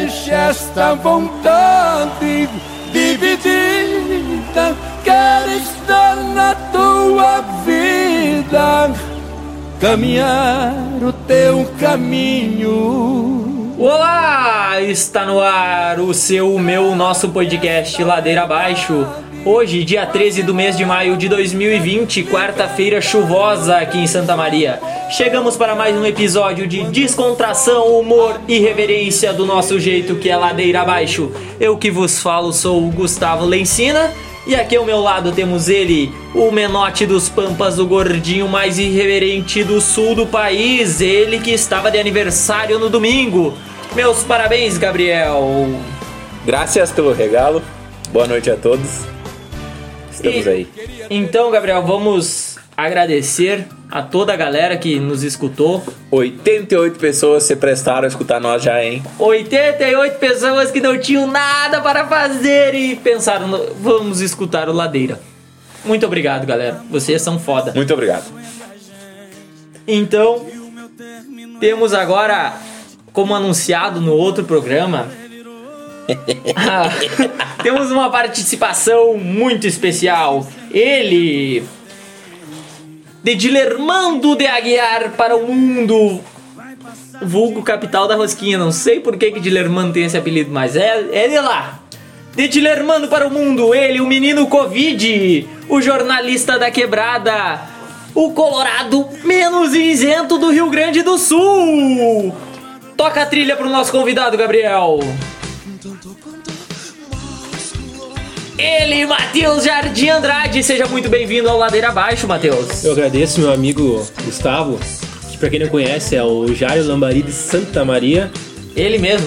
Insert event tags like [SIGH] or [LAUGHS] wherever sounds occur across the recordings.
deixe esta vontade dividida. Quero estar na tua vida, caminhar o teu caminho. Olá! Está no ar o seu, o meu, o nosso podcast Ladeira Abaixo. Hoje, dia 13 do mês de maio de 2020, quarta-feira chuvosa aqui em Santa Maria. Chegamos para mais um episódio de descontração, humor e reverência do nosso jeito que é Ladeira Abaixo. Eu que vos falo sou o Gustavo Lencina e aqui ao meu lado temos ele, o menote dos Pampas, o gordinho mais irreverente do sul do país, ele que estava de aniversário no domingo. Meus parabéns, Gabriel. Graças pelo regalo. Boa noite a todos. Estamos E- aí. Então, Gabriel, vamos agradecer a toda a galera que nos escutou. 88 pessoas se prestaram a escutar nós já, hein? 88 pessoas que não tinham nada para fazer e pensaram, no- vamos escutar o Ladeira. Muito obrigado, galera. Vocês são foda. Muito obrigado. Então, temos agora, como anunciado no outro programa, [LAUGHS] ah, temos uma participação muito especial. Ele, de Dilermando de Aguiar para o mundo, vulgo capital da Rosquinha. Não sei por que, que Dilermando tem esse apelido, mas é, é de lá. De Dilermando para o mundo, ele, o menino Covid, o jornalista da quebrada, o colorado menos isento do Rio Grande do Sul. Toca a trilha pro nosso convidado, Gabriel. Ele, Matheus Jardim Andrade, seja muito bem-vindo ao Ladeira Abaixo, Matheus. Eu agradeço meu amigo Gustavo, que pra quem não conhece é o Jário Lambari de Santa Maria. Ele mesmo.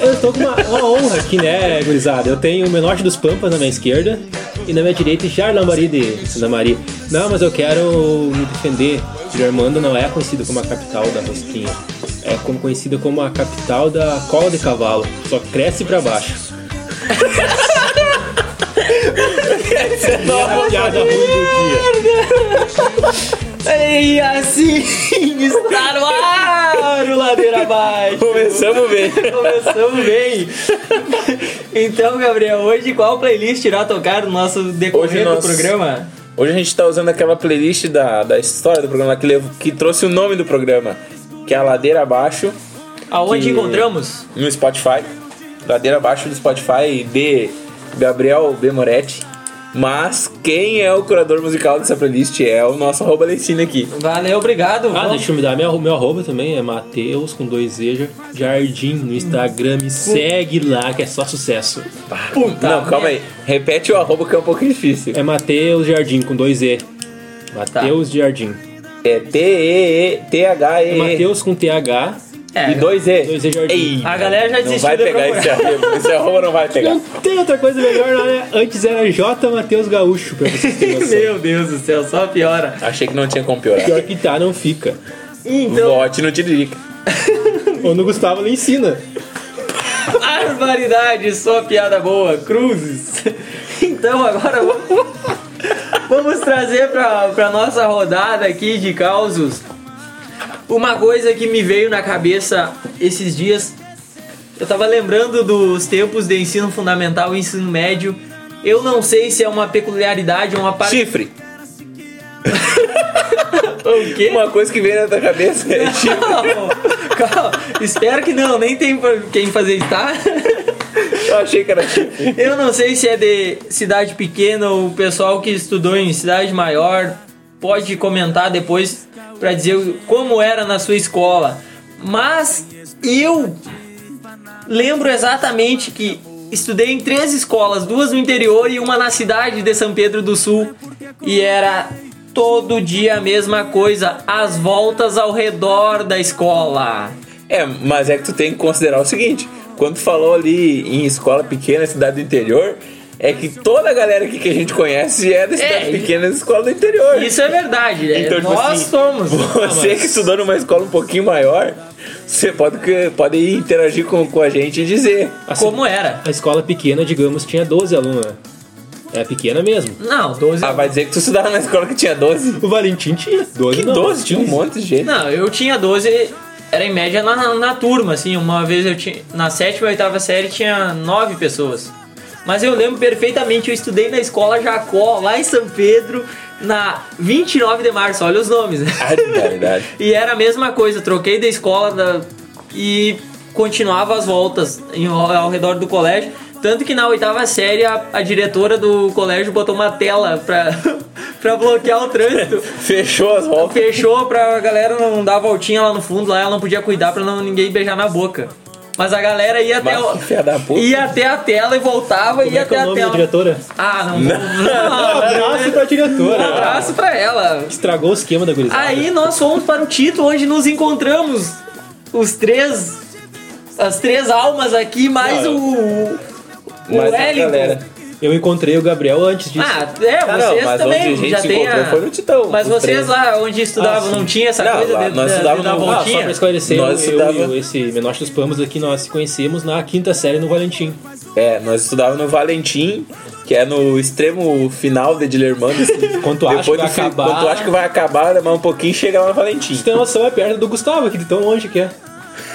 Eu tô com uma, uma honra aqui, né, gurizada? Eu tenho o Menote dos Pampas na minha esquerda e na minha direita Jário Lambari de Santa Maria. Não, mas eu quero me defender. Tiro Armando não é conhecido como a capital da rosquinha. É como conhecida como a capital da cola de cavalo. Só cresce pra baixo. [LAUGHS] Nova é piada ruim do dia. E assim [LAUGHS] está no ar o Ladeira Abaixo. Começamos bem. Começamos bem. Então, Gabriel, hoje qual playlist irá tocar no nosso Hoje decorrer do nós- programa? Hoje a gente tá usando aquela playlist da, da história do programa que, levou- que trouxe o nome do programa, que é a Ladeira Abaixo, Aonde Que- encontramos? no Spotify. Ladeira Abaixo do Spotify de Gabriel B. Moretti. Mas quem é o curador musical dessa playlist é o nosso arroba Leicina aqui. Valeu, obrigado. Ah, Vamos- deixa eu me dar minha, meu arroba também, é Mateus com dois E Jardim no Instagram, me segue lá que é só sucesso. Puta Não, calma aí. merda. Repete o arroba que é um pouco difícil. É Mateus Jardim com dois E. Tá. Tá. Mateus Jardim. É T-E-E-T-H-E. É Mateus com TH. É, E dois E. Dois E Jardim. Ei, A galera já não desistiu vai de pegar [LAUGHS] procurar. esse arroba. Esse arroba não vai pegar. Não tem outra coisa melhor, não, né? Antes era J Mateus Gaúcho, pra [LAUGHS] vocês terem noção. Meu Deus do céu, só piora. Achei que não tinha como piorar. Pior que tá, não fica. Então, Vote no Tiririca. Ou no Gustavo ele ensina. barbaridade, só piada boa. Cruzes. Então, agora [LAUGHS] vamos, vamos trazer pra, pra nossa rodada aqui de causos uma coisa que me veio na cabeça esses dias. Eu tava lembrando dos tempos de ensino fundamental e ensino médio. Eu não sei se é uma peculiaridade ou uma par... Chifre. O quê? Uma coisa que vem na tua cabeça é chifre. Calma, calma. Espero que não, nem tem pra quem fazer isso, tá? Eu achei que era chifre. Eu não sei se é de cidade pequena ou o pessoal que estudou em cidade maior pode comentar depois pra dizer como era na sua escola. Mas eu lembro exatamente que estudei em três escolas, duas no interior e uma na cidade de São Pedro do Sul. E era todo dia a mesma coisa, as voltas ao redor da escola. É, mas é que tu tem que considerar o seguinte: quando tu falou ali em escola pequena, cidade do interior, é que toda a galera aqui que a gente conhece é da cidade É, pequena e da escola do interior. Isso é verdade, né? Então, tipo Nós assim, [LAUGHS] somos. Ah, Você que estudou numa escola um pouquinho maior, você pode, que- pode ir interagir com, com a gente e dizer. Assim, Como era? A escola pequena, digamos, tinha 12 alunos. né? É pequena mesmo. Não, 12 Ah, vai dizer que tu estudava na escola que tinha 12. O Valentim tinha 12 Que não. 12? Tinha um monte de um gente. Não, eu tinha 12 Era em média na, na, na turma, assim. Uma vez eu tinha. Na sétima e oitava série tinha nove pessoas. Mas eu lembro perfeitamente, eu estudei na escola Jacó, lá em São Pedro, na 29 de março, olha os nomes. né? Ah, É Barbaridade. [LAUGHS] E era a mesma coisa, troquei da escola da- e continuava as voltas em- ao redor do colégio. Tanto que na oitava série a, a diretora do colégio botou uma tela pra, [LAUGHS] pra bloquear o trânsito. [LAUGHS] Fechou as Ela voltas. Fechou pra galera não dar a voltinha lá no fundo, lá ela não podia cuidar pra não ninguém beijar na boca. Mas a galera ia até, Mas o- que filha da puta. ia até a tela e voltava e Como ia é até que é o a nome da tela. diretora? Ah, não. não. Abraço pra Um diretora. abraço pra ela. Estragou o esquema da gurizada. Aí nós fomos para o Tito, onde nos encontramos os três. As três almas aqui, mais Não, o. O Mas a Wellington. galera. Eu encontrei o Gabriel antes disso. Ah, é, Ah, não, vocês mas onde a também gente já se tem encontrou a... foi no Titão, Mas os vocês três. lá onde estudavam Ah, sim. não tinha essa Não, coisa lá de, nós da- estudávamos de dar no- Ah, só voltinha? pra esclarecer, Nós eu, estudava- eu e esse Menor dos Pamos aqui, nós se conhecemos na quinta série no Valentim. É, nós estudávamos no Valentim, que é no extremo final de Dilermando. [LAUGHS] Assim, Quando tu acha que Depois vai do fi- acabar- Quando tu acha que vai acabar, mais um pouquinho chega lá no Valentim. Você tem noção, é perto do Gustavo, aqui de tão longe que é.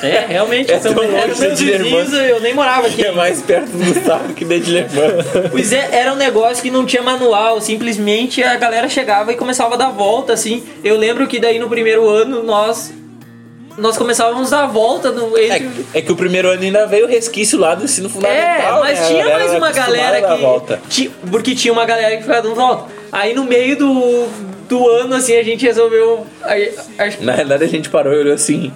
É, realmente, É são tão eram longe meus de vizinhos, Germano. eu nem morava aqui. Que é mais perto do Gustavo que de Dilermando. Pois é, era um negócio que não tinha manual, simplesmente a galera chegava e começava a dar volta, assim. Eu lembro que daí no primeiro ano nós. Nós começávamos a dar volta no. entre- [LAUGHS] É, é que o primeiro ano ainda veio o resquício lá do ensino É, fundamental. mas né? A tinha galera mais era uma acostumada galera a dar que. Volta. ti- porque tinha uma galera que ficava dando volta. Aí no meio do, do ano, assim, a gente resolveu. aí, acho- Na realidade a gente parou e olhou assim.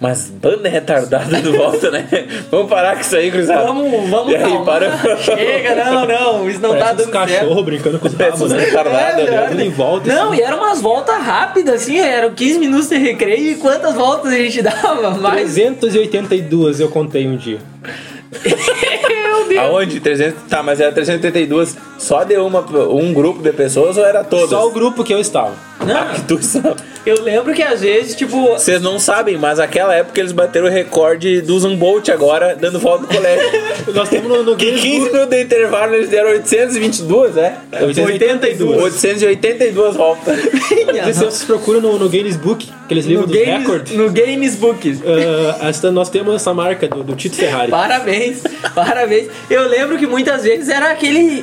Mas banda retardada do volta, né? [LAUGHS] Vamos parar com isso aí, cruzado. Vamos, vamos E aí, calma. parou. [LAUGHS] Chega, não, não, isso não Parece tá uns dando certo. cachorros brincando com os Parece rabos, uns né? retardados, É, né? verdade. Dando em volta. Não, assim. e eram umas voltas rápidas, assim, eram 15 minutos de recreio e quantas voltas a gente [LAUGHS] dava, mas 382 eu contei um dia. É, Aonde? 300? Tá, mas era 382. Só deu uma, um grupo de pessoas ou era todas? Só o grupo que eu estava. [LAUGHS] Ah, que tu sabe. eu lembro que às vezes, tipo, Vocês não sabem, mas aquela época eles bateram o recorde do Usain Bolt agora, dando volta [LAUGHS] no colégio. Nós temos no, no que Guinness 15 minutos de intervalo eles deram 822, né? 882. 882 voltas. [LAUGHS] Book. Se vocês procuram no, no Guinness Book, aqueles no, livros do games, recorde, no Games Books. ah, essa- nós temos essa marca do, do Tito Ferrari. Parabéns, [LAUGHS] parabéns. Eu lembro que muitas vezes era aquele.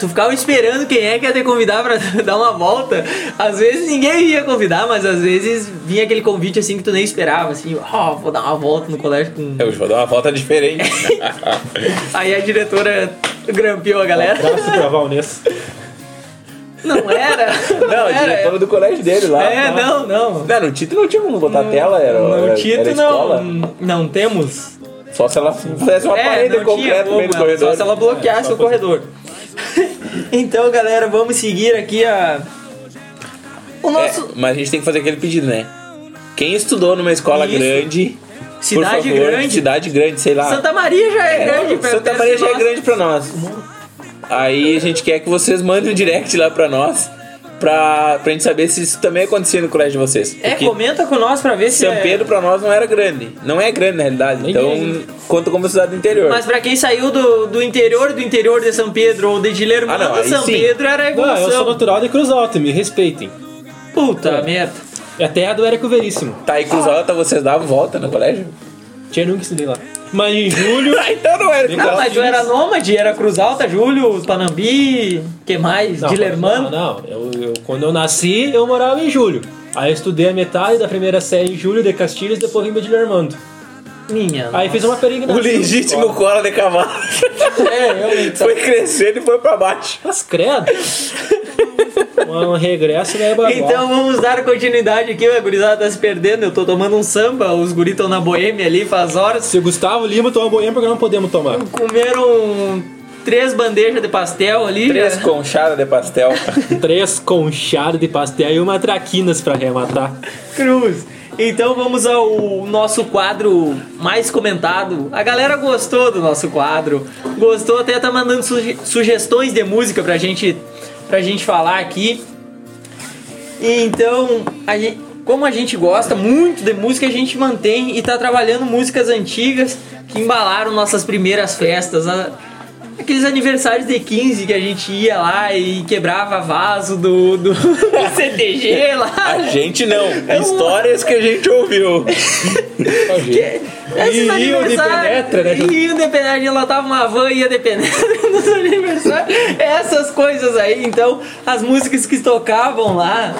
Tu ficava esperando quem é que ia te convidar pra [LAUGHS] dar uma volta. Às vezes ninguém ia convidar, mas às vezes vinha aquele convite assim que tu nem esperava, assim, ó, vou dar uma volta no colégio com. Eu vou dar uma volta diferente. Aí a diretora grampeou a galera. Abraço pra Valness. Não era? não, o diretor do colégio dele lá. É, não. não, não. Não, no título não tinha como botar tela, era, No tá. era, era Tito escola. não, hum, não temos. Só se ela fizesse uma É, parede não tinha completa no como, meio do ela- corredor. só se ela bloqueasse o corredor. [LAUGHS] então, galera, vamos seguir aqui a... O É, nosso... mas a gente tem que fazer aquele pedido, né? Quem estudou numa escola Isso. grande, Cidade por favor, grande. cidade grande, sei lá. Santa Maria já é, grande. pra- Ah. Santa deve Maria ser já é nossa. grande pra nós. Aí a gente quer que vocês mandem um direct lá pra nós, pra, pra gente saber se isso também acontecia no colégio de vocês. É, Porque comenta com nós pra ver se São é- Pedro pra nós não era grande. Não é grande, na realidade. Então, conta como cidade do interior. Mas pra quem saiu do, do interior do interior de São Pedro ou de Gileiro, Ah, não, aí São sim. Pedro era a Não, Ah, eu sou evolução. natural de Cruz Alta, me respeitem. Puta Então, merda. É a terra do Érico Veríssimo. Tá, e Cruz Alta vocês davam volta no colégio? Tinha nunca estudei lá. Mas em julho. Ah, então não era. Ah, mas eu era nômade, era Cruz Alta, Júlio, Panambi, que mais? Não, Dilermano. Não, não. Eu, eu- quando eu nasci, eu morava em julho. Aí eu estudei a metade da primeira série em julho de Castilhos, depois vim pra Dilermando. Minha. Aí fiz uma O peregrinação. legítimo cola de cavalo. É, realmente. foi crescendo e foi pra baixo. Mas [LAUGHS] credo. um regresso né, babá. Então vamos dar continuidade aqui, a gurizada tá se perdendo, eu tô tomando um samba, os guris estão na boêmia ali faz horas, Se o Gustavo Lima tomar boêmia, porque não podemos tomar. comeram três bandejas de pastel ali. Três já- conchadas de pastel. Três conchadas de pastel e uma traquinas pra arrematar. Cruz. Então vamos ao nosso quadro mais comentado. A galera gostou do nosso quadro. Gostou, até tá mandando suge- sugestões de música pra gente, pra gente falar aqui. E Então, a gente- como a gente gosta muito de música, a gente mantém e tá trabalhando músicas antigas que embalaram nossas primeiras festas. A- Aqueles aniversários de 15 que a gente ia lá e quebrava vaso do, do [LAUGHS] CTG lá. A gente [LAUGHS] não. É Histórias que a gente [LAUGHS] ouviu. Ó, gente. Esses E iam de aniversários- penetra, né? E iam de penetra, a gente lotava uma van e ia de [LAUGHS] penetra nos aniversários. É Essas coisas aí, então, as músicas que tocavam lá.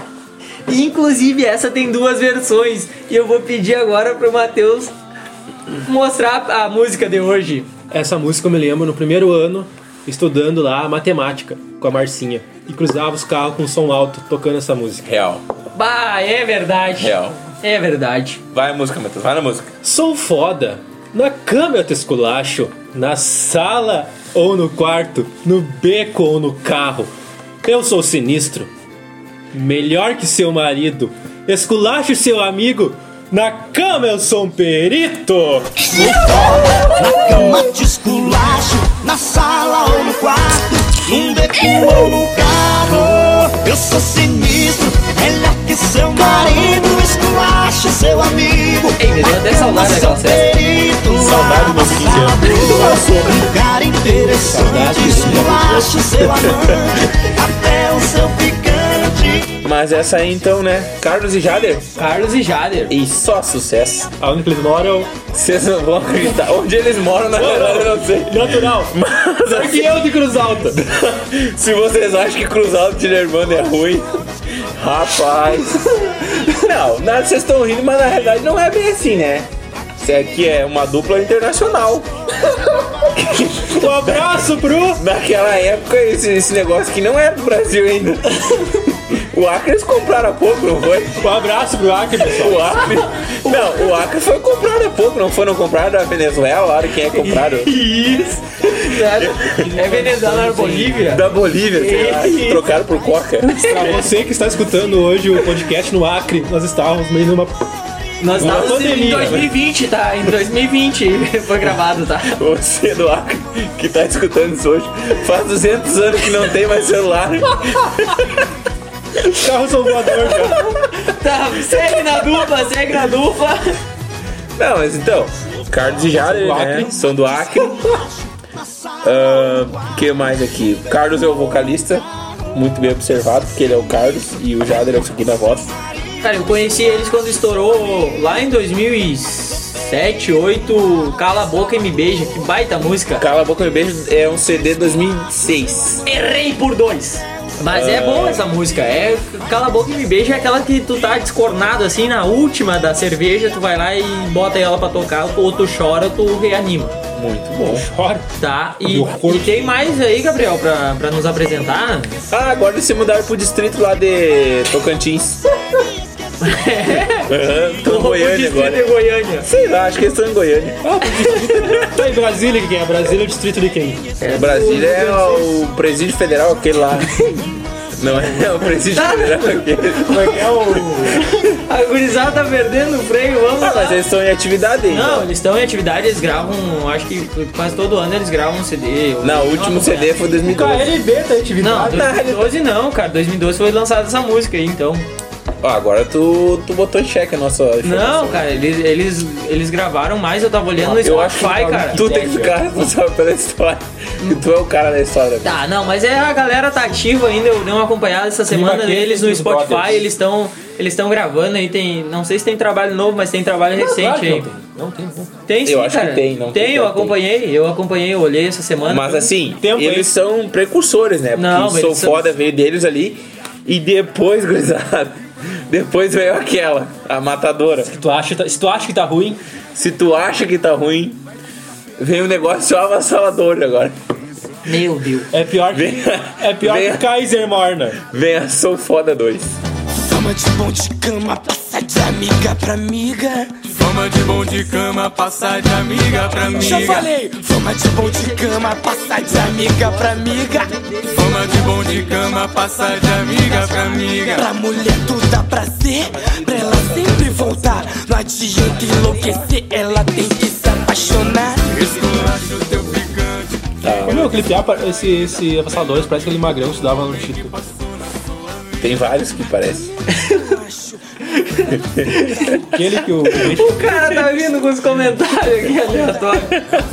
E, Inclusive, essa tem duas versões. E eu vou pedir agora pro Matheus mostrar a música de hoje. Essa música eu me lembro no primeiro ano, estudando lá matemática com a Marcinha. E cruzava os carros com um som alto, tocando essa música. Real. Bah, é verdade. Real. É verdade. Vai a música, Matheus. Vai na música. Sou foda! Na cama eu te esculacho, na sala ou no quarto, no beco ou no carro. Eu sou sinistro. Melhor que seu marido. Esculacho seu amigo. Na cama eu sou um perito. Na cama de esculacho, na sala ou no quarto, um beco ou no carro. Eu sou sinistro, melhor que seu marido, esculacho seu amigo. Ei, me deu até Na É saudade cama, daquela sou festa. perito, Saudade dos 15 anos. amassado. Eu sou um cara interessante, esculacho seu amante, até o seu picante. Mas essa aí então, né? Carlos e Jader. Carlos e Jader. E só sucesso. A única que eles moram é Vocês não vão acreditar. Onde eles moram, na verdade, eu não sei. natural. Mas Porque eu de Cruz Alta. assim, [LAUGHS] se vocês acham que cruzado de Germano é ruim, rapaz. Não, nada, vocês estão rindo, mas na realidade não é bem assim, né? Isso aqui é uma dupla internacional. Um abraço pro. Naquela época, esse, esse negócio que não é do Brasil ainda. O Acre eles compraram há pouco, não foi? Um abraço pro Acre, pessoal. O Acre. Não, o Acre foi comprado há pouco, não foram comprados da Venezuela, olha quem é comprado. Isso. É Venezuela na Bolívia. Da Bolívia, sei lá, trocaram por Coca. Pra você que está escutando hoje o podcast no Acre, nós estávamos meio numa. Nós Uma estávamos em pandemia, né? 2020, tá? Em 2020 [LAUGHS] foi gravado, tá? Você do Acre que tá escutando isso hoje, faz 200 anos que não tem mais celular. Carro são voador, cara. Tá, segue na dupla, segue na dupla. Não, mas então, Carlos e Jader, Do né? Acre. São do Acre. O que mais aqui? O Carlos é o vocalista, muito bem observado, porque ele é o Carlos e o Jader é o segundo voz. Cara, eu conheci eles quando estourou lá em 2007, 2008, Cala a Boca e Me Beija, que baita música. Cala a Boca Me Beijo é um CD 2006. Errei por dois. Mas é boa essa música, é Cala a Boca e Me Beija, é aquela que tu tá descornado assim na última da cerveja, tu vai lá e bota ela pra tocar, ou tu chora, ou tu reanima. Muito bom. Chora. Tá, e, Meu corpo. e tem mais aí, Gabriel, pra, pra nos apresentar? Ah, agora eles se mudaram pro distrito lá de [LAUGHS] Tocantins. É. Aham, Tô em Goiânia Distrito de agora. Goiânia. Sei lá, acho que eles estão em Goiânia. Tá em Brasília, quem é? Brasília é o distrito de quem? O Brasília é o presídio federal aquele [LAUGHS] lá. Não é, é o presídio federal aquele. É o. A gurizada tá perdendo o freio, vamos Ah, lá. mas eles estão em atividade ainda. Não, eles estão em atividade, eles gravam, acho que quase todo ano eles gravam um CD. ou- Não, o último acompanha. CD foi 2012. KLB tá em Não, atividade. 2012 não, cara. 2012 foi lançada essa música aí, então. Ah, agora tu, tu botou em xeque a nossa informação. Não, cara, eles, eles, eles gravaram mais, eu tava olhando no Eu acho que Spotify, cara. tu tem que ficar responsável pela história. E tu é o cara da história. Tá, não, mas é a galera tá ativa ainda, eu dei uma acompanhada essa semana Quente neles no dos Spotify, Brothers. eles estão eles estão gravando aí, tem, não sei se tem trabalho novo, mas tem trabalho Claro recente que aí. não tem. Não tem. não. Tem sim, Eu acho que cara. tem, não tem, eu tem. acompanhei, eu acompanhei, eu olhei essa semana. Mas assim, Tempo, eles hein? são precursores, né? Porque Não, o mas Sou eles são- Foda veio deles ali. E depois, [LAUGHS] gurizada, depois veio aquela, a matadora. Tu acha, se tu acha que tá ruim, Se tu acha que tá ruim, vem um negócio avassalador agora. Meu Deus. é pior que. Vem- É pior vem- que Kaiser Morna. Vem a Sou Foda 2. Fama de bom de cama, passa de amiga pra amiga. Fama de bom de cama, passar de amiga pra Já amiga. falei, fama de bom de cama, passa de amiga pra amiga. Fama de bom de cama, passar de amiga pra amiga. Pra mulher tudo dá prazer, pra ela sempre voltar. Não adianta enlouquecer, ela tem que se apaixonar. Esculacho teu picante. Ô meu, clipe A, esse, esse avassalador parece que ele magrão estudava no Chico. Tem vários que parece. Aquele que o. O cara tá vindo com os comentários aqui aleatório.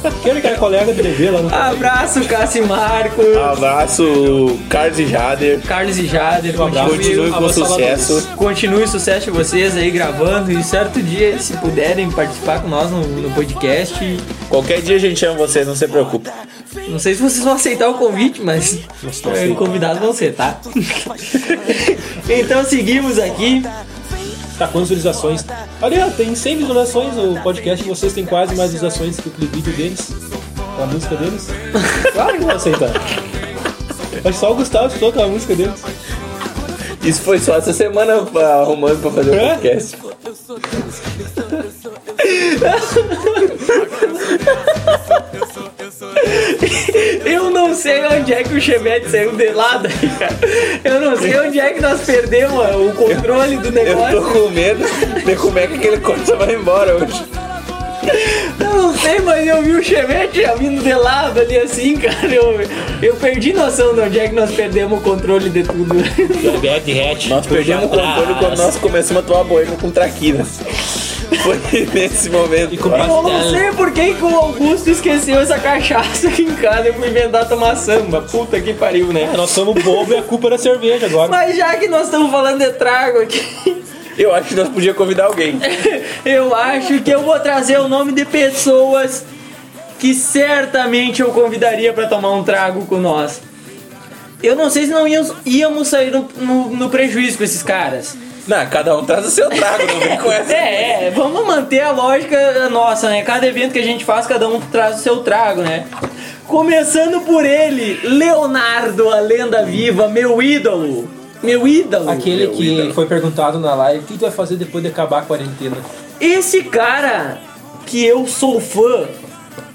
Aquele que era colega do DB lá no. Abraço, Cássio e Marco. Abraço, Carlos e Jader. Carlos e Jader, um abraço. Continue com Alô, sucesso. Continue o sucesso de vocês aí gravando e certo dia, se puderem participar com nós no, no podcast. Qualquer dia a gente chama vocês, não se preocupe. Não sei se vocês vão aceitar o convite, mas é, convidados vão ser, tá? então seguimos aqui. Tá quantas visualizações? Olha, aí, ó, tem 100 visualizações o podcast de vocês, tem quase mais visualizações que o clipe vídeo deles, com a música deles. Claro que vão aceitar. Acho que só o Gustavo escutou aquela música deles. Isso foi só essa semana pra- arrumando pra fazer o É? podcast. Eu não sei onde é que o Chevette saiu de lado. cara. Eu não sei onde é que nós perdemos ó, o controle do Eu negócio. tô com medo de como é que aquele corte vai embora hoje. Eu não sei, mas eu vi o Chevette já vindo de lado ali assim, [LAUGHS] cara. Eu, eu perdi noção de onde é que nós perdemos o controle de tudo. [LAUGHS] Nós perdemos o controle quando nós começamos a tomar boêmio com traquinas. Foi nesse momento. Eu não sei por que, que o Augusto esqueceu essa cachaça aqui em casa. Eu fui inventar tomar samba. Puta que pariu, né? É, nós somos bobo e a culpa era cerveja agora. Mas já que nós estamos falando de trago aqui, [LAUGHS] Eu acho que nós podíamos convidar alguém. eu acho que eu vou trazer o nome de pessoas que certamente eu convidaria pra tomar um trago com nós. Eu não sei se não íamos, íamos sair no, no- no prejuízo com esses caras. Não, cada um traz o seu trago, não vem com essa. É, é, vamos manter a lógica nossa, né? Cada evento que a gente faz, cada um traz o seu trago, né? Começando por ele, Leonardo, a lenda viva, meu ídolo. Meu ídolo. Aquele que foi perguntado na live, o que tu vai fazer depois de acabar a quarentena? Esse cara que eu sou fã,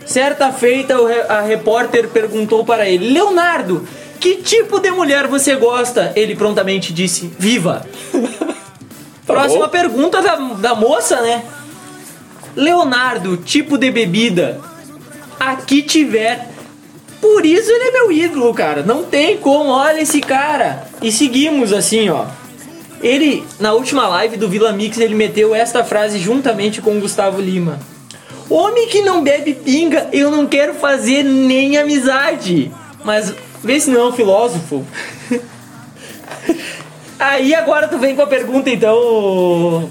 certa feita o re- a repórter perguntou para ele: Leonardo, que tipo de mulher você gosta? Ele prontamente disse: Viva. Próxima pergunta da, da moça, né? Leonardo, tipo de bebida? Aqui tiver. Por isso ele é meu ídolo, cara. Não tem como, olha esse cara. E seguimos assim, ó. Ele, na última live do Vila Mix, ele meteu esta frase juntamente com o Gustavo Lima. Homem que não bebe pinga, eu não quero fazer nem amizade. Mas vê se não é um filósofo. [LAUGHS] Aí agora tu vem com a pergunta então, ô,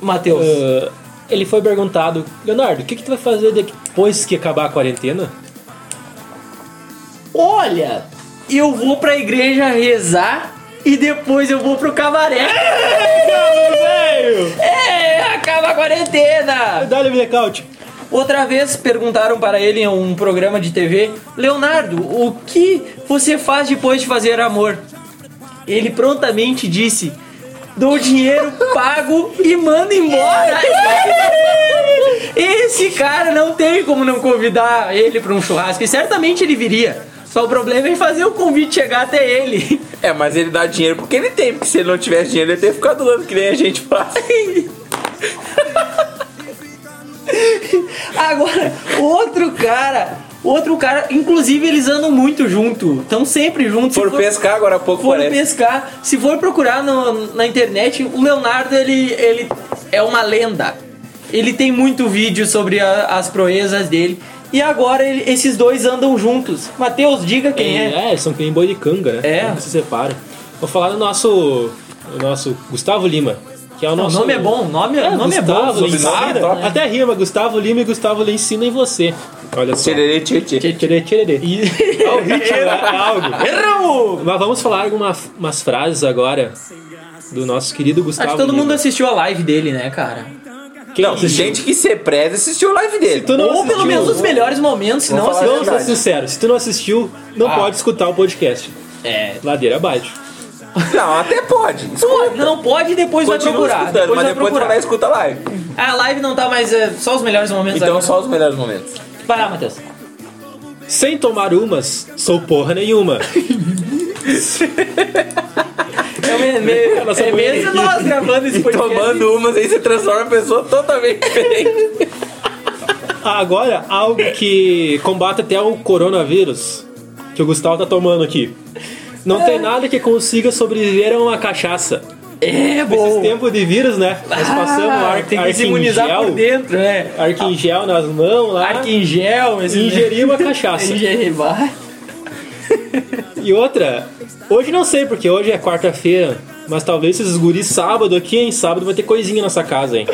Matheus. Ah, ele foi perguntado, Leonardo, o que, que tu vai fazer depois que acabar a quarentena? Olha, eu vou pra igreja rezar e depois eu vou pro cabaré. É, acaba a quarentena. Dá-lhe blackout. Outra vez perguntaram para ele em um programa de TV: Leonardo, o que você faz depois de fazer amor? Ele prontamente disse: Dou dinheiro, pago e mando embora. Esse cara não tem como não convidar ele para um churrasco e certamente ele viria. Só o problema é fazer o convite chegar até ele. [LAUGHS] É, mas ele dá dinheiro porque ele tem, porque se ele não tivesse dinheiro, ele teria ficado doando que nem a gente faz. Agora, outro cara, outro cara, inclusive eles andam muito junto, estão sempre juntos. Se Foram for- pescar agora há pouco, for parece. pescar, se for procurar no- na internet, o Leonardo ele, ele é uma lenda. Ele tem muito vídeo sobre a- as proezas dele. E agora ele- esses dois andam juntos. Matheus, diga quem é. É, eles são que nem boi de canga, né? É. Não se separa. Vou falar do nosso, do nosso Gustavo Lima, que é o O nosso... nome é bom, o nome, É, o nome é bom. Gustavo sobrenome é Ensina. top. Até rima, Gustavo Lima e Gustavo Lima ensina em você. Olha só. Tchê, tchê, tchê. Tcherê, tcherê. [LAUGHS] É o ritmo, é algo. Mas vamos falar algumas umas frases agora do nosso querido Gustavo Acho que todo Lima. mundo assistiu a live dele, né, cara? Quem Não, gente que se preza assistiu o live dele. Tu não Ou assistiu, pelo menos os melhores momentos, se não falar assistiu. Vamos ser sinceros, se tu não assistiu, Ah. não pode escutar o podcast. assim. É. Ladeira abaixo. Não, até pode. Pô, Não pode, depois Continua vai procurar. escutando, mas vai depois tu vai lá procurar. e escuta a live. A live não tá mais, é, só os melhores momentos Então agora. só os melhores momentos. Vai lá, Matheus. [LAUGHS] Sem tomar umas, sou [LAUGHS] porra nenhuma. É, me- me- Nossa é mulher mesmo aqui. nós gravando esse [LAUGHS] E podcast. tomando umas aí você transforma a pessoa totalmente diferente. Ah, Agora, algo que combate até o coronavírus, Ah. que o Gustavo tá tomando aqui. Não tem nada que consiga sobreviver a uma cachaça. É, Esses bom. tempos de vírus, né? Nós passamos Ah, ar, tem que se imunizar por dentro, né? Arque em gel nas mãos lá. Arque em gel, esse Ingerir uma cachaça. Ingerir, vai. E outra, hoje não sei, porque hoje é quarta-feira, mas talvez esses guris sábado aqui, hein? Sábado vai ter coisinha nessa casa, hein?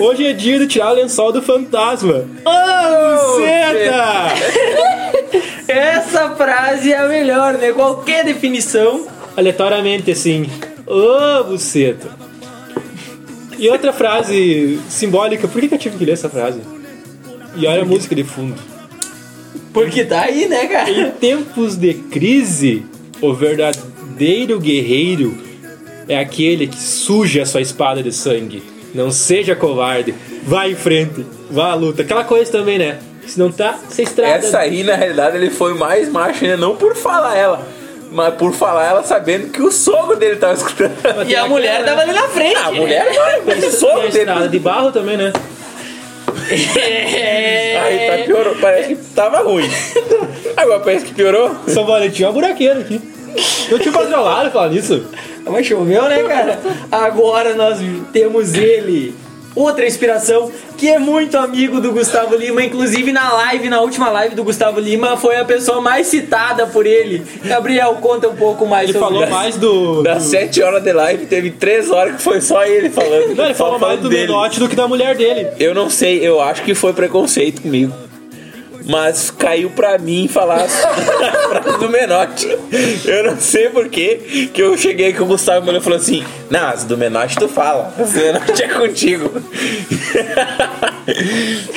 Hoje é dia de tirar o lençol do fantasma. Oh, Senta! Essa frase é a melhor, né? Qualquer definição. Aleatoriamente, assim. Ô, buceta. E outra frase simbólica. Por que, que eu tive que ler essa frase? E olha a música de fundo. Porque tá aí, né, Em cara? tempos de crise, o verdadeiro guerreiro é aquele que suja a sua espada de sangue. Não seja covarde, vá em frente, vá à luta. Aquela coisa também, né? Se não tá, você estrada. Essa aí, na realidade, ele foi mais macho, né? Não por falar ela, mas por falar ela sabendo que o sogro dele tava escutando. E a mulher tava ali na frente. Ah, A mulher vai, mas o Tem a sogro dele. tá- estrada de barro também, né? É. Aí tá piorou, parece que tava ruim. Agora parece que piorou. São Valentim é um buraqueiro aqui. Eu tinha patrolado falar nisso. Mas choveu, né, cara? Agora nós temos ele. Outra inspiração que é muito amigo do Gustavo Lima, inclusive na live, na última live do Gustavo Lima, foi a pessoa mais citada por ele. Gabriel, conta um pouco mais Ele sobre falou isso. mais do. Das 7 horas de live, teve 3 horas que foi só ele falando. Não, ele falou mais do dele. Menotti do que da mulher dele. Eu não sei, eu acho que foi preconceito comigo. Mas caiu pra mim falar [LAUGHS] a frase do Menotti. Eu não sei porquê que eu cheguei com o Gustavo e falou assim: Não, as do Menotti tu fala, as do Menotti é contigo. [LAUGHS]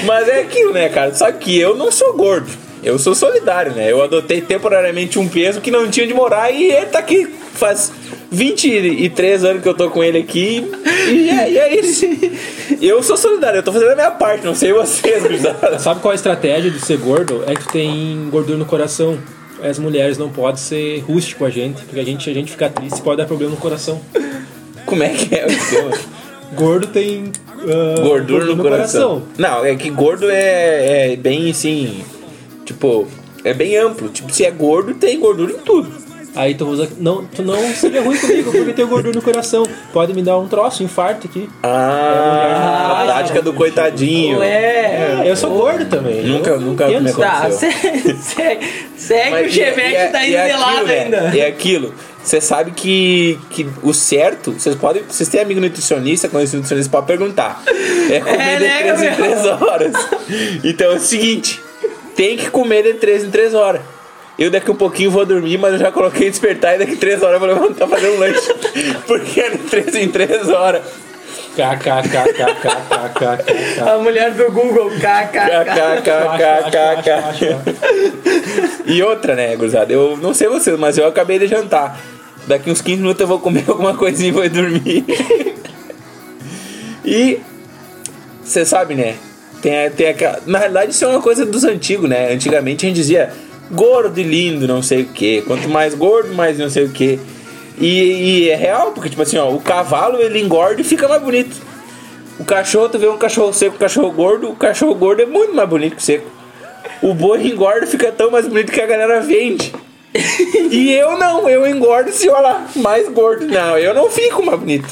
Mas é aquilo, né, cara? Só que eu não sou gordo, eu sou solidário, né? Eu adotei temporariamente um peso que não tinha de morar e ele tá aqui faz 23 anos que eu tô com ele aqui e é, e é isso. Eu sou solidário, eu tô fazendo a minha parte, não sei vocês, [LAUGHS] gurizada. Sabe qual é a estratégia de ser gordo? É que tu tem gordura no coração. As mulheres não podem ser rústico com a gente, porque a gente, se a gente ficar triste, pode dar problema no coração. Como é que é o esquema? Gordo tem. ah, Gordura no coração. Não, é que gordo é, é bem assim. Tipo, é bem amplo. Tipo, se é gordo, tem gordura em tudo. Aí tu usa. Não, tu não seja ruim comigo, porque eu tenho gordura no coração. Pode me dar um troço, um infarto aqui. Ah, a tática do coitadinho. É. Eu sou gordo também. Nunca- eu nunca entendo me isso. Tá, aconteceu. segue, segue, segue o Mas e- Chevette, e é- tá e é aquilo, esmelado né? ainda. É aquilo. Você sabe que, que o certo, vocês podem. Vocês têm amigo nutricionista, conhece nutricionista, pode perguntar. É né, comer de 3 em Gabriel? 3 horas. Então é o seguinte: tem que comer de 3 em 3 horas. Eu daqui um pouquinho vou dormir, mas eu já coloquei despertar e daqui 3 horas eu vou levantar pra fazer um lanche. Porque é de 3 em 3 horas. KKKKKKKK. A mulher do Google, kkk. KKKKKK. E outra, né, gurizada? Eu não sei vocês, mas eu acabei de jantar. Daqui uns 15 minutos eu vou comer alguma coisinha e vou dormir. e você sabe, né? Tem, a- tem aquela. Na realidade, isso é uma coisa dos antigos, né? Antigamente a gente dizia gordo e lindo, não sei o que. Quanto mais gordo, mais não sei o que. E, e é real, porque, tipo assim, ó, o cavalo ele engorda e fica mais bonito. O cachorro, tu vê um cachorro seco, um cachorro gordo, o cachorro gordo é muito mais bonito que o seco. O boi engorda e fica tão mais bonito que a galera vende. E eu não, eu engordo se olha mais gordo. Não, eu não fico mais bonito.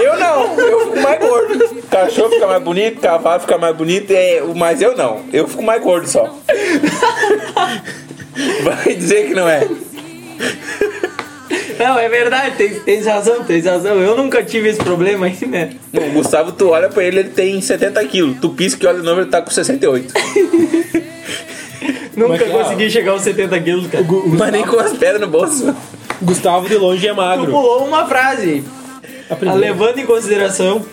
Eu não, eu fico mais gordo. Cachorro fica mais bonito, cavalo fica mais bonito, é, mas eu não, eu fico mais gordo [LAUGHS] só. Vai dizer que não é. Não, é verdade, tem, tem razão, tem razão. Eu nunca tive esse problema aí, né? O Gustavo, tu olha pra ele, ele tem 70 quilos. Tu pisca e olha o número, ele tá com 68. Nunca é que é? consegui chegar aos 70 quilos, cara. Mas nem com as pedras no bolso. Gustavo de longe é Tu magro. pulou uma frase, A ah, primeira. levando em consideração.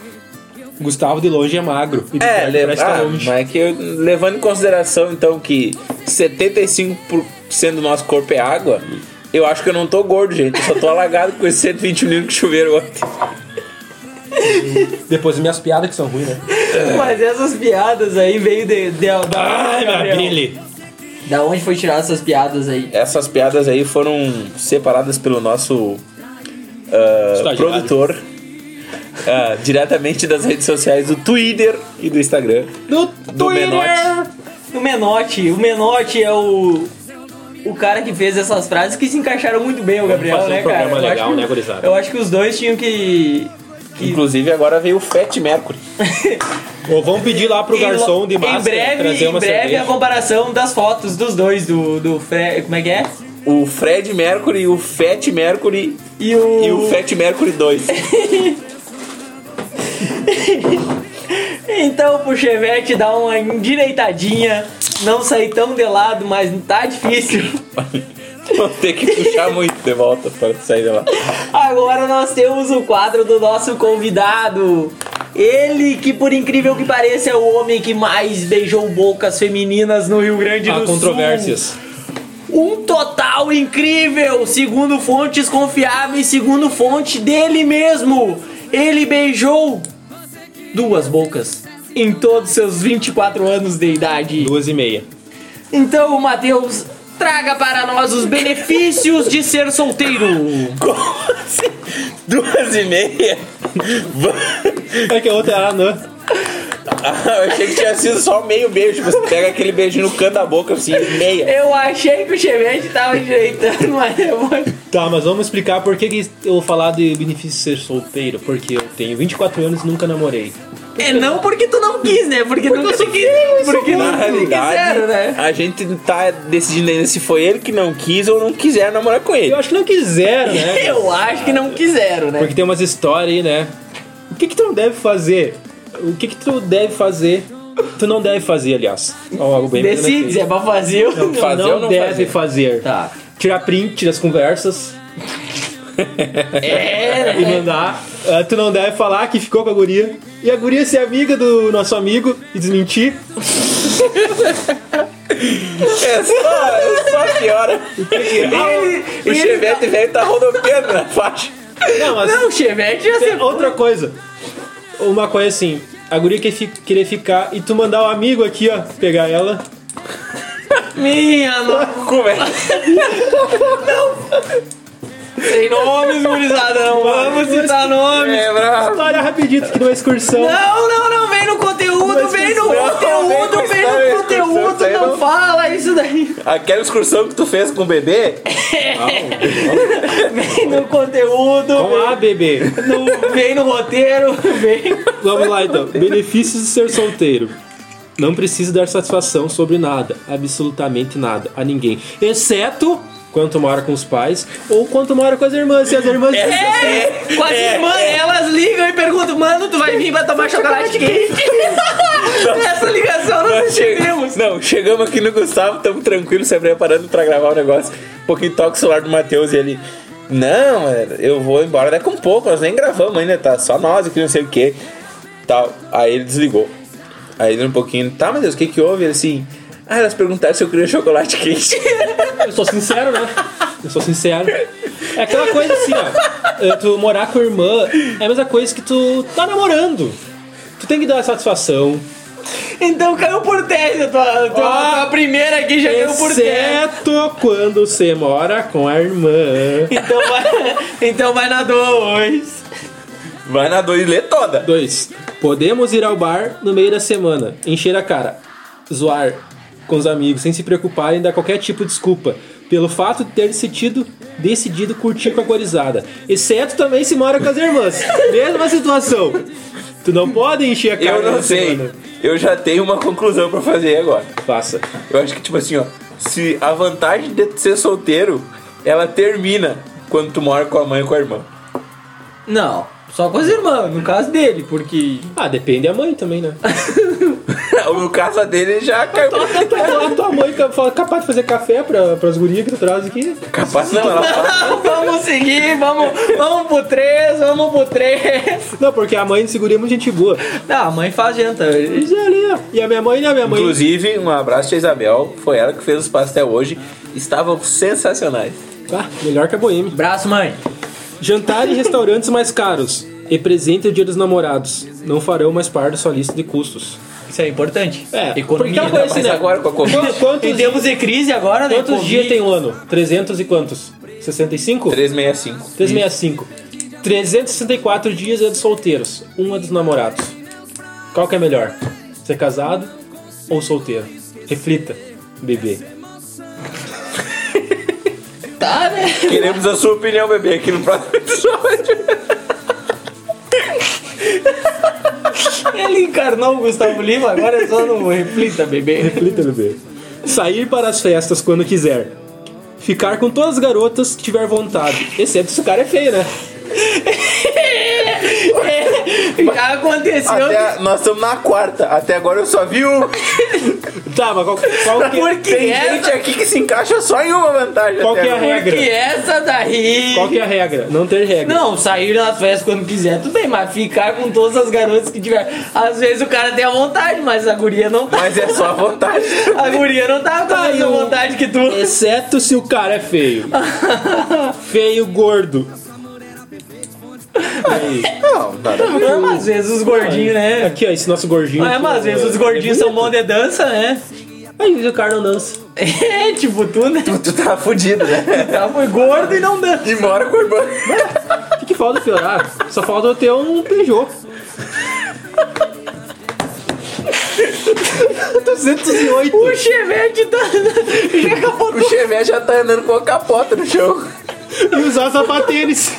Gustavo de longe é magro. E de É, perto leva, parece que tá ah, longe. mas é que eu- levando em consideração então que 75% do nosso corpo é água, eu acho que eu não tô gordo, gente. Eu só tô alagado com esses 120 litros que choveram ontem. Depois minhas piadas que são ruins, né? É. Mas essas piadas aí veio de. de, da- Ai, minha Gabriel. Billy. Da onde foi tirar essas piadas aí? Essas piadas aí foram separadas pelo nosso ah, Estagiário. produtor. ah, diretamente das redes sociais do Twitter e do Instagram. No Do Twitter. Menotti. O Menotti, o Menotti é o. o cara que fez essas frases que se encaixaram muito bem, o Gabriel, fazer um né, cara? programa eu, legal, acho que, né, gurizada? eu acho que os dois tinham que. que- Inclusive agora veio o Fat Mercury. Ou vamos pedir lá pro em lo- garçom de máscara em breve, trazer em uma breve a cerveja. comparação das fotos dos dois, do, do Fre- Como é que é? O Fred Mercury, o Fat Mercury E o. e o Fat Mercury [LAUGHS] 2. [LAUGHS] Então pro Chevette dar uma endireitadinha, não sair tão de lado, mas tá difícil. Vou ter que puxar muito de volta para sair de lá. Agora nós temos o quadro do nosso convidado. Ele que, por incrível que pareça, é o homem que mais beijou bocas femininas no Rio Grande do Há Sul. controvérsias. Um total incrível, segundo fontes confiáveis, segundo fonte dele mesmo. Ele beijou duas bocas em todos seus 24 anos de idade. Duas e meia. Então, Matheus, traga para nós os benefícios de ser solteiro. Como assim? Duas e meia? É que a outra era anã. Ah, eu achei que tinha sido só meio beijo. Você pega aquele beijinho no canto da boca, assim, meia. Eu achei que o Chevette tava endireitando, mas eu vou- Tá, mas vamos explicar por que, que eu vou falar de benefício de ser solteiro. Porque eu tenho 24 anos e nunca namorei. É não porque tu não quis, né? Porque, nunca tu quis. Porque Na nunca tu quiseram, né? a gente tá decidindo ainda se foi ele que não quis ou não quiser namorar com Eu ele. acho que não quiseram, né? Eu acho que não quiseram, né? Porque tem umas histórias aí, né? O que que tu não deve fazer? O que que tu deve fazer? Tu não deve fazer, aliás. Ó, algo bem Decide se é pra fazer ou não. Fazer fazer não, ou não deve fazer? fazer. Tá. Tirar print das conversas É, [LAUGHS] e né? mandar. Ah, tu não deve falar que ficou com a guria. E a guria ser amiga do nosso amigo e desmentir. É só, é só piora. Ele- o ele chevette velho tá rodopiando na faixa. Não, mas Não, o Chevette já tem se... outra coisa. Uma coisa assim, a guria que fi- querer ficar e tu mandar o amigo aqui, ó, pegar ela. Minha nossa, Como é? sem nomes, gurizada, não vamos citar nomes. É, bravo. Olha rapidinho, tu que numa excursão. Não, não, não, vem no conteúdo, Mas vem no não, conteúdo, vem vem com no essa conteúdo, discussão, isso aí não não- fala isso daí. Aquela excursão que tu fez com o bebê, Vem no conteúdo, Vamos lá, bebê. No- vem no roteiro, [LAUGHS] vem. Vamos lá então. Benefícios de ser solteiro. Não precisa dar satisfação sobre nada, absolutamente nada, a ninguém. Exceto quando mora com os pais ou quando mora com as irmãs. Se as irmãs. É, com as irmãs, elas ligam e perguntam, mano, tu vai vir pra tomar chocolate quente? [LAUGHS] Essa ligação nós recebemos. Não, chegamos aqui no Gustavo, estamos tranquilos, se preparando pra gravar o negócio. Um pouquinho toca o celular do Matheus e ele. Não, eu vou embora daqui a um pouco, nós nem gravamos ainda, tá? Só nós aqui, não sei o que. Tal. Aí ele desligou. Aí ele um pouquinho, tá, Matheus, o que que houve? Ele assim. Ah, elas perguntaram se eu queria chocolate quente. Eu sou sincero, né? Eu sou sincero. É aquela coisa assim, ó. eh, Tu morar com a irmã é a mesma coisa que tu tá namorando. Tu tem que dar satisfação. Então caiu por terra, tua, tua, tua primeira aqui já caiu por terra. Exceto quando você mora com a irmã. Então vai, [LAUGHS] então vai na dois. Vai na dor e lê toda. 2. Podemos ir ao bar no meio da semana, encher a cara, zoar com os amigos, sem se preocuparem em dar qualquer tipo de desculpa, pelo fato de ter decidido, decidido curtir com a gorizada. Exceto também se mora com as irmãs. [LAUGHS] Mesma situação. Tu não pode encher a cara Eu não na sei. semana. Eu já tenho uma conclusão pra fazer agora. Faça. Eu acho que, tipo assim, ó, se a vantagem de ser solteiro, ela termina quando tu mora com a mãe ou com a irmã. [LAUGHS] Não, só com as irmãs, no caso dele, porque... Ah, depende da mãe também, né? [LAUGHS] o caso dele já caiu. Então, a tua mãe ca- fala, capaz de fazer café pra, pras gurias que tu traz aqui. Capaz não, ela fala. [LAUGHS] vamos seguir, vamos, vamos pro três, vamos pro três. Não, porque a mãe de segurinha é muito gente boa. Não, a mãe faz janta. Mas é ali, ó. E a minha mãe, né? A minha mãe. Inclusive, um abraço pra Isabel. Foi ela que fez os pastel hoje. Estavam sensacionais. Ah, melhor que a boêmia. Braço, mãe. Jantar em restaurantes mais caros. E presente o dia dos namorados. Não farão mais parte da sua lista de custos. Isso é tá importante. É, porque economia. ela conhece, Mas né? agora com a Covid. Qu- Quantos, E temos de crise agora, né? quantos Covid. dias tem um ano? 300 e quantos? 65? 365. 365. 364 dias é dos solteiros. Um é dos namorados. Qual que é melhor? Ser casado ou solteiro? Reflita, bebê. tá, né? Queremos a sua opinião, bebê, aqui no próximo episódio. um- Ele encarnou o Gustavo Lima, agora é só no Reflita, bebê. Reflita, bebê. Sair para as festas quando quiser. Ficar com todas as garotas que tiver vontade. Exceto se o cara é feio, né? É, Já aconteceu. Até a- nós estamos na quarta. Até agora eu só vi [LAUGHS] um. Tá, mas qual, qual [LAUGHS] que, Por que Tem essa? gente aqui que se encaixa só em uma vantagem. qual até que é a agora. regra? Porque essa daí. Qual que é a regra? Não ter regra. Não, sair na festa quando quiser, tudo bem, mas ficar com todas as garotas que tiver. Às vezes o cara tem a vontade, mas a guria não tá. Mas é só a vontade. A guria não tá com a Tá, e mesma o- vontade que tu. Exceto se o cara é [LAUGHS] feio. feio, gordo. E aí? Não, nada. Não, é, mas às vezes os gordinhos, né? Aqui, ó, esse nosso gordinho. Mas, aqui, mas ó, às vezes os é gordinhos são bonito. bons de dança, né? [LAUGHS] Aí o cara assim, não dança. É, tipo, tu, né? Tu tá fudido, né? Tá foi gordo e não dança. E mora com o irmão. O que, que falta piorar? Só falta eu ter um Peugeot. 208. O Chevette tá. [LAUGHS] Já acabou. O Chevette já tá andando com a capota no chão. E usar sapatênis.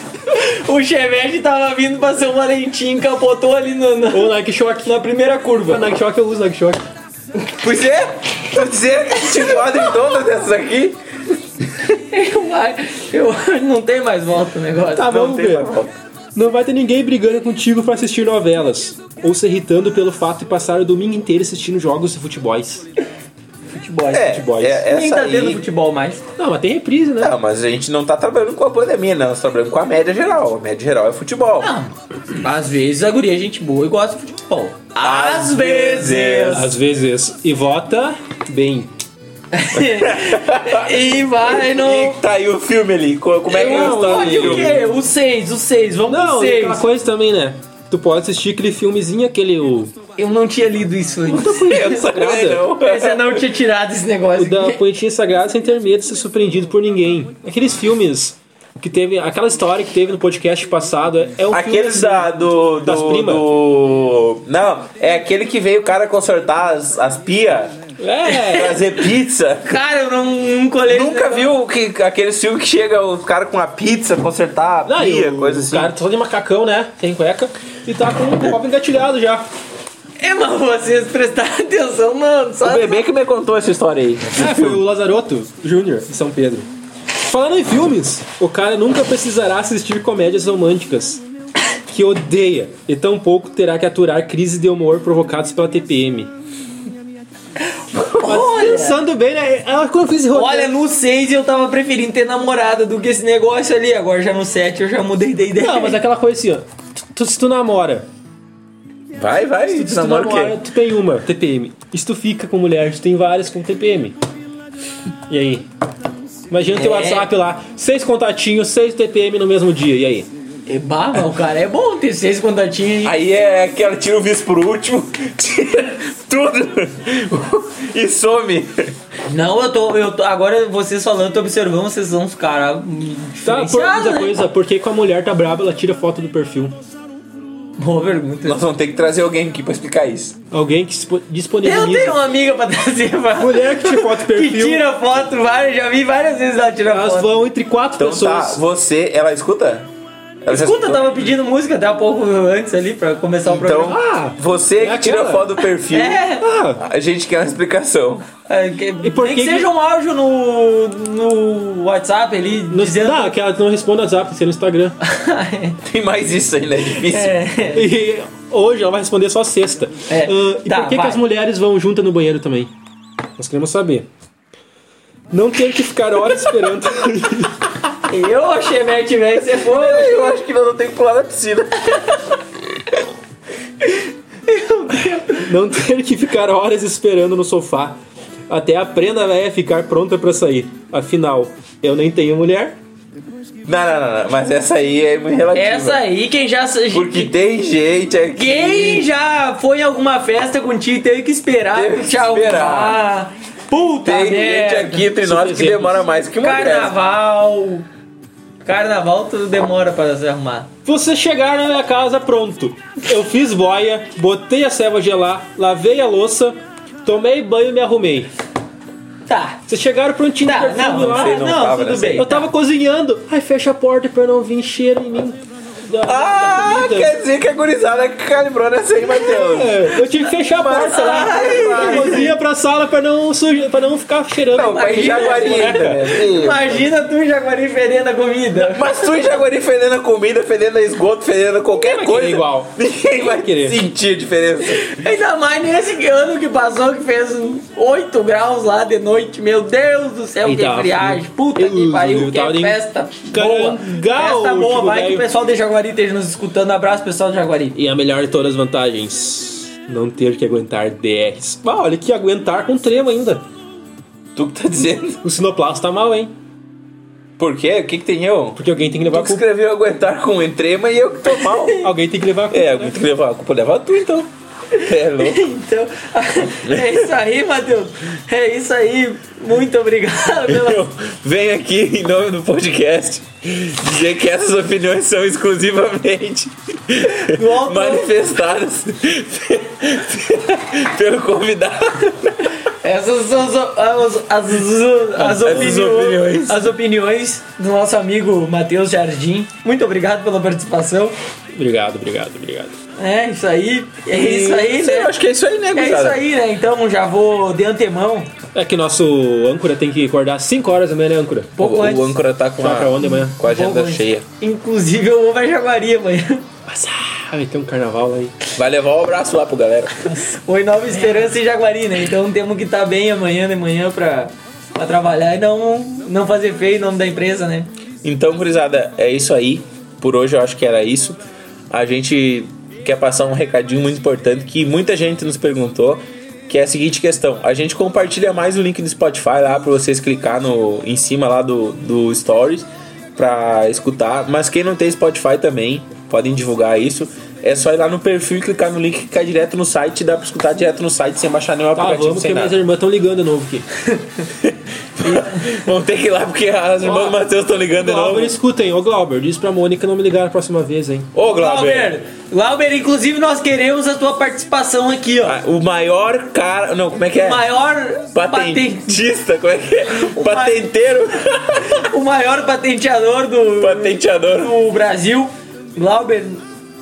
O Chevette tava vindo pra São Valentim, capotou ali no. no- Ou Nike Shock. Na primeira curva. Nike Shock eu uso Nike Shock. Pois é, tô dizendo que se enquadra em todas essas aqui. Eu, eu não tem mais volta o negócio. Tá, Não vamos tem ver. mais volta. Não vai ter ninguém brigando contigo pra assistir novelas. Ou se irritando pelo fato de passar o domingo inteiro assistindo jogos de futebols. futebol. É, Futebol. é essa Nem tá aí- tendo futebol mais. Não, mas tem reprise, né? Não, mas a gente não tá trabalhando com a pandemia, não. Nós trabalhando com a média geral. A média geral é futebol. Ah, Às vezes a guria é gente boa e gosta de futebol. Às, Às vezes! Às vezes. E vota bem. [LAUGHS] e vai no. E tá aí o filme ali. Co- Como é que eles Eu estão vou ali? de o quê? O 6, o 6, vamos pro Não, e aquela 6. coisa também, né? Tu pode assistir aquele filmezinho, aquele. O, Eu não tinha lido isso antes. Eu também não. Mas eu não tinha tirado esse negócio. o da aqui. Punhetinha Sagrada sem ter medo de ser surpreendido por ninguém. Aqueles filmes que teve. Aquela história que teve no podcast passado. É, é [LAUGHS] um Aqueles filme. da, do, do, Das primas? do- Não, é aquele que veio o cara consertar as, as pia, É! trazer pizza. Cara, eu não, não colhei. Nunca viu que, aquele filme que chega o cara com a pizza consertar a Não, e pia, o, coisa assim. o cara tá só de macacão, né? Tem cueca. E tá com o copo engatilhado já. É, mas vocês prestaram atenção, mano. Só O bebê que me contou essa história aí. É, foi o Lazaroto Júnior, de São Pedro. Falando em filmes, o cara nunca precisará assistir comédias românticas que odeia e tampouco terá que aturar crises de humor provocadas pela TPM. Mas pensando bem, né? É uma crise Olha, no 6 eu tava preferindo ter namorada do que esse negócio ali. Agora já no 7 eu já mudei de ideia. Não, mas aquela coisa assim, ó. Tu- Tu, se tu namora, Vai, vai, se tu namora o namora, quê? tu tem uma TPM. E se tu fica com mulher, tu tem várias com TPM. E aí? Imagina teu É. WhatsApp lá, seis contatinhos, seis TPM no mesmo dia, e aí? E bah, mas o cara é bom ter 6 contatinhos. aí. Aí é que ela tira o vice por último, [LAUGHS] tira tudo [LAUGHS] e some. Não, eu tô, eu tô. Agora vocês falando, eu tô observando, vocês ah, são uns caras. Tá, por né? outra coisa, porque com a mulher tá braba, ela tira foto do perfil. Boa pergunta. Nós vamos ter que trazer alguém aqui pra explicar isso. Alguém que dispo- Eu disponibiliza. tenho uma amiga pra trazer, pra... [LAUGHS] Mulher que tira foto do que perfil. tira foto, várias, já vi várias vezes ela tirar Elas foto. vão entre quatro Então tá, pessoas. você, ela escuta? Ela já Escuta, tá eu escutou? tava pedindo música até há pouco antes ali pra começar o Então, programa. Ah, você é que tira aquela. foto do perfil, É, Ah, a gente quer uma explicação. é, que, E por nem que que, seja que- um áudio no, no WhatsApp ali, no, [LAUGHS] dizendo. não, que ela não responde no WhatsApp, tem no Instagram. Tem mais isso ainda, é difícil. É. E hoje ela vai responder só sexta. É, Ah, e tá, por que, que vai. as mulheres vão juntas no banheiro também? Nós queremos saber. Não ter que ficar horas esperando. [LAUGHS] Eu achei Matt velho, você foi. Eu acho que nós não tem que pular na piscina. não ter que ficar horas esperando no sofá. Até aprenda a véia ficar pronta pra sair. Afinal, eu nem tenho mulher. Não, não, não, não, mas essa aí é muito relativa. Essa aí, quem já. Porque tem gente aqui. Quem já foi em alguma festa contigo e teve que esperar Teve pra que te arrumar? Puta Tem gente merda. aqui entre nós que demora mais que uma mulher. é. Carnaval. Carnaval tudo demora pra se arrumar. Você chegar na minha casa pronto. Eu fiz boia, botei a ceva gelar, lavei a louça, tomei banho e me arrumei. Tá. Vocês chegaram prontinho Tá, pro perfume não, lá. tá, não não, tava tudo nessa bem. Eu tava cozinhando. Ai, fecha a porta pra não vir cheiro em mim. da- da Ah, comida. quer dizer que a gurizada calibrou nessa aí, Matheus. É, Eu tive que fechar a porta lá. da cozinha pra sala pra não, suja, pra não ficar cheirando. Não, mas em Jaguari ainda. né? Sim. Imagina tu em Jaguari fedendo a comida. Mas tu em Jaguari fedendo a comida, fedendo a esgoto, fedendo a qualquer vai querer é coisa. igual. Ninguém vai querer. sentir a diferença. Ainda mais nesse ano que passou, que fez 8 graus lá de noite. Meu Deus do céu, E que tava friagem. frio. Puta Deus, que pariu, meu, que tava de festa boa. carangal, Festa boa, tipo, vai que velho. o pessoal de Jaguari esteja nos escutando. Abraço, pessoal de Jaguari. [LAUGHS] E a melhor de todas as vantagens: não ter que aguentar DRs. Ah, olha que aguentar com tremo ainda. Tu que tá dizendo? O sinoplasto tá mal, hein? Por quê? O que que tem eu? Porque alguém tem que levar Tu a que culpa. escreveu aguentar com entrema e eu que tô mal. Alguém tem que levar a culpa. É, né? alguém tem que levar a culpa, leva tu então. É louco. Então, [LAUGHS] é isso aí, Matheus. É isso aí. Muito obrigado pela Eu venho aqui em nome do podcast dizer que essas opiniões são exclusivamente Do autor. manifestadas pelo convidado. Essas são as, as- as- as As opiniões, opiniões. as opiniões do nosso amigo Matheus Jardim. Muito obrigado pela participação. Obrigado, obrigado, obrigado. É isso aí, é isso aí, Sim, eu né? acho que é isso aí, né, É isso gurizada? aí, né? Então já vou de antemão. um É que nosso âncora tem que acordar 5 horas da manhã, né, âncora? O, Pouco antes. um o âncora tá com Vai pra a, onde né? amanhã? com a agenda pouco antes. cheia. Inclusive eu vou pra Jaguari amanhã. [LAUGHS] Passar, vai ter um carnaval lá, hein? Vai levar o abraço lá pro galera. Oi, Nova Esperança e Jaguari, né? Então temos que estar bem amanhã de manhã pra, pra trabalhar e não, não fazer feio em nome da empresa, né? Então, gurizada, é isso aí. Por hoje eu acho que era isso. A gente quer passar um recadinho muito importante que muita gente nos perguntou, que é a seguinte questão. A gente compartilha mais o link do Spotify lá para vocês clicar no, em cima lá do, do Stories para escutar. Mas quem não tem Spotify também, podem divulgar isso. É só ir lá no perfil e clicar no link que cai direto no site. Dá pra escutar direto no site sem baixar nenhum Tá, aplicativo, vamos, sem que minhas nada. irmãs estão ligando de novo aqui. [LAUGHS] Vamos ter que ir lá porque as irmãs Ó, do Matheus estão ligando de novo. Glauber, escutem. Ô, Glauber, diz pra Mônica não me ligar a próxima vez, hein? Ô, Glauber. Glauber, Glauber, inclusive nós queremos a tua participação aqui, ó. Ah, O maior cara. Não, como é que é? O maior paten- Patentista, como é que é? [LAUGHS] Patenteiro. o maior patenteador do, Patenteador. do Brasil. Glauber,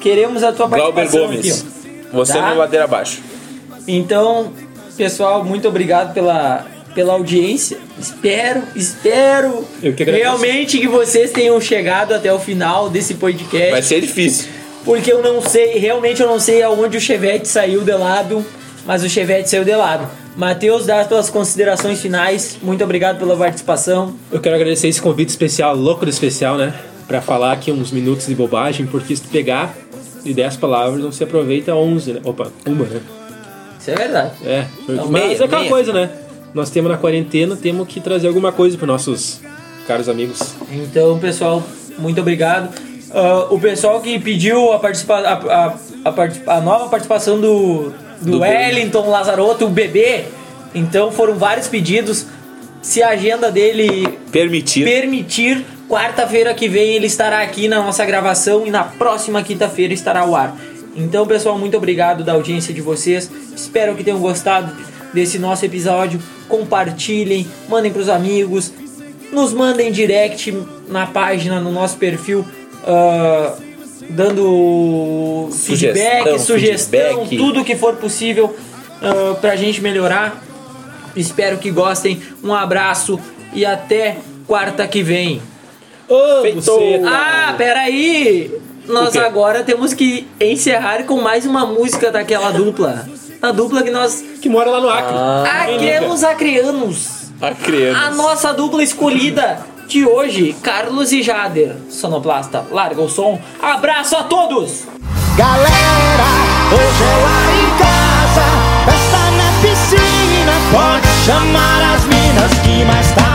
queremos a tua Glauber participação Gomes. aqui. Você um Tá. no ladeira abaixo. ó. Então, pessoal, muito obrigado pela pela audiência. Espero, espero Eu que agradeço. realmente que vocês tenham chegado até o final desse podcast. Vai ser difícil. Porque eu não sei, realmente eu não sei aonde o Chevette saiu de lado, mas o Chevette saiu de lado. Matheus, dá as tuas considerações finais. Muito obrigado pela participação. Eu quero agradecer esse convite especial, louco do especial, né? Pra falar aqui uns minutos de bobagem, porque se tu pegar de 10 palavras, não se aproveita 11, né? Opa, uma, né? Isso é verdade. É, porque- mas meia, é aquela meia. coisa, né? Nós temos na quarentena, temos que trazer alguma coisa pros nossos caros amigos. Então, pessoal, muito obrigado. Ah, o pessoal que pediu a, participa a, a, a parti- a nova participação do, do, Wellington Lazarotto, o bebê. Então, foram vários pedidos. Se a agenda dele Permitido. permitir, quarta-feira que vem ele estará aqui na nossa gravação e na próxima quinta-feira estará ao ar. Então, pessoal, muito obrigado da audiência de vocês. Espero que tenham gostado desse nosso episódio. Compartilhem, mandem pros amigos, nos mandem direct na página, no nosso perfil, ah, dando Sugestão, feedback, sugestão, feedback. tudo que for possível ah, pra gente melhorar. Espero que gostem. Um abraço e até quarta que vem. Ô, Feito! buceta! Ah, peraí! Nós agora temos que encerrar com mais uma música daquela dupla. Da dupla que nós. Que mora lá no Acre. Acreanos Acreanos! A criança. A nossa dupla escolhida de hoje, Carlos e Jader. Sonoplasta, larga o som. Abraço a todos! Galera, hoje é lá em casa, festa na piscina, pode chamar as minas que mais tarde tá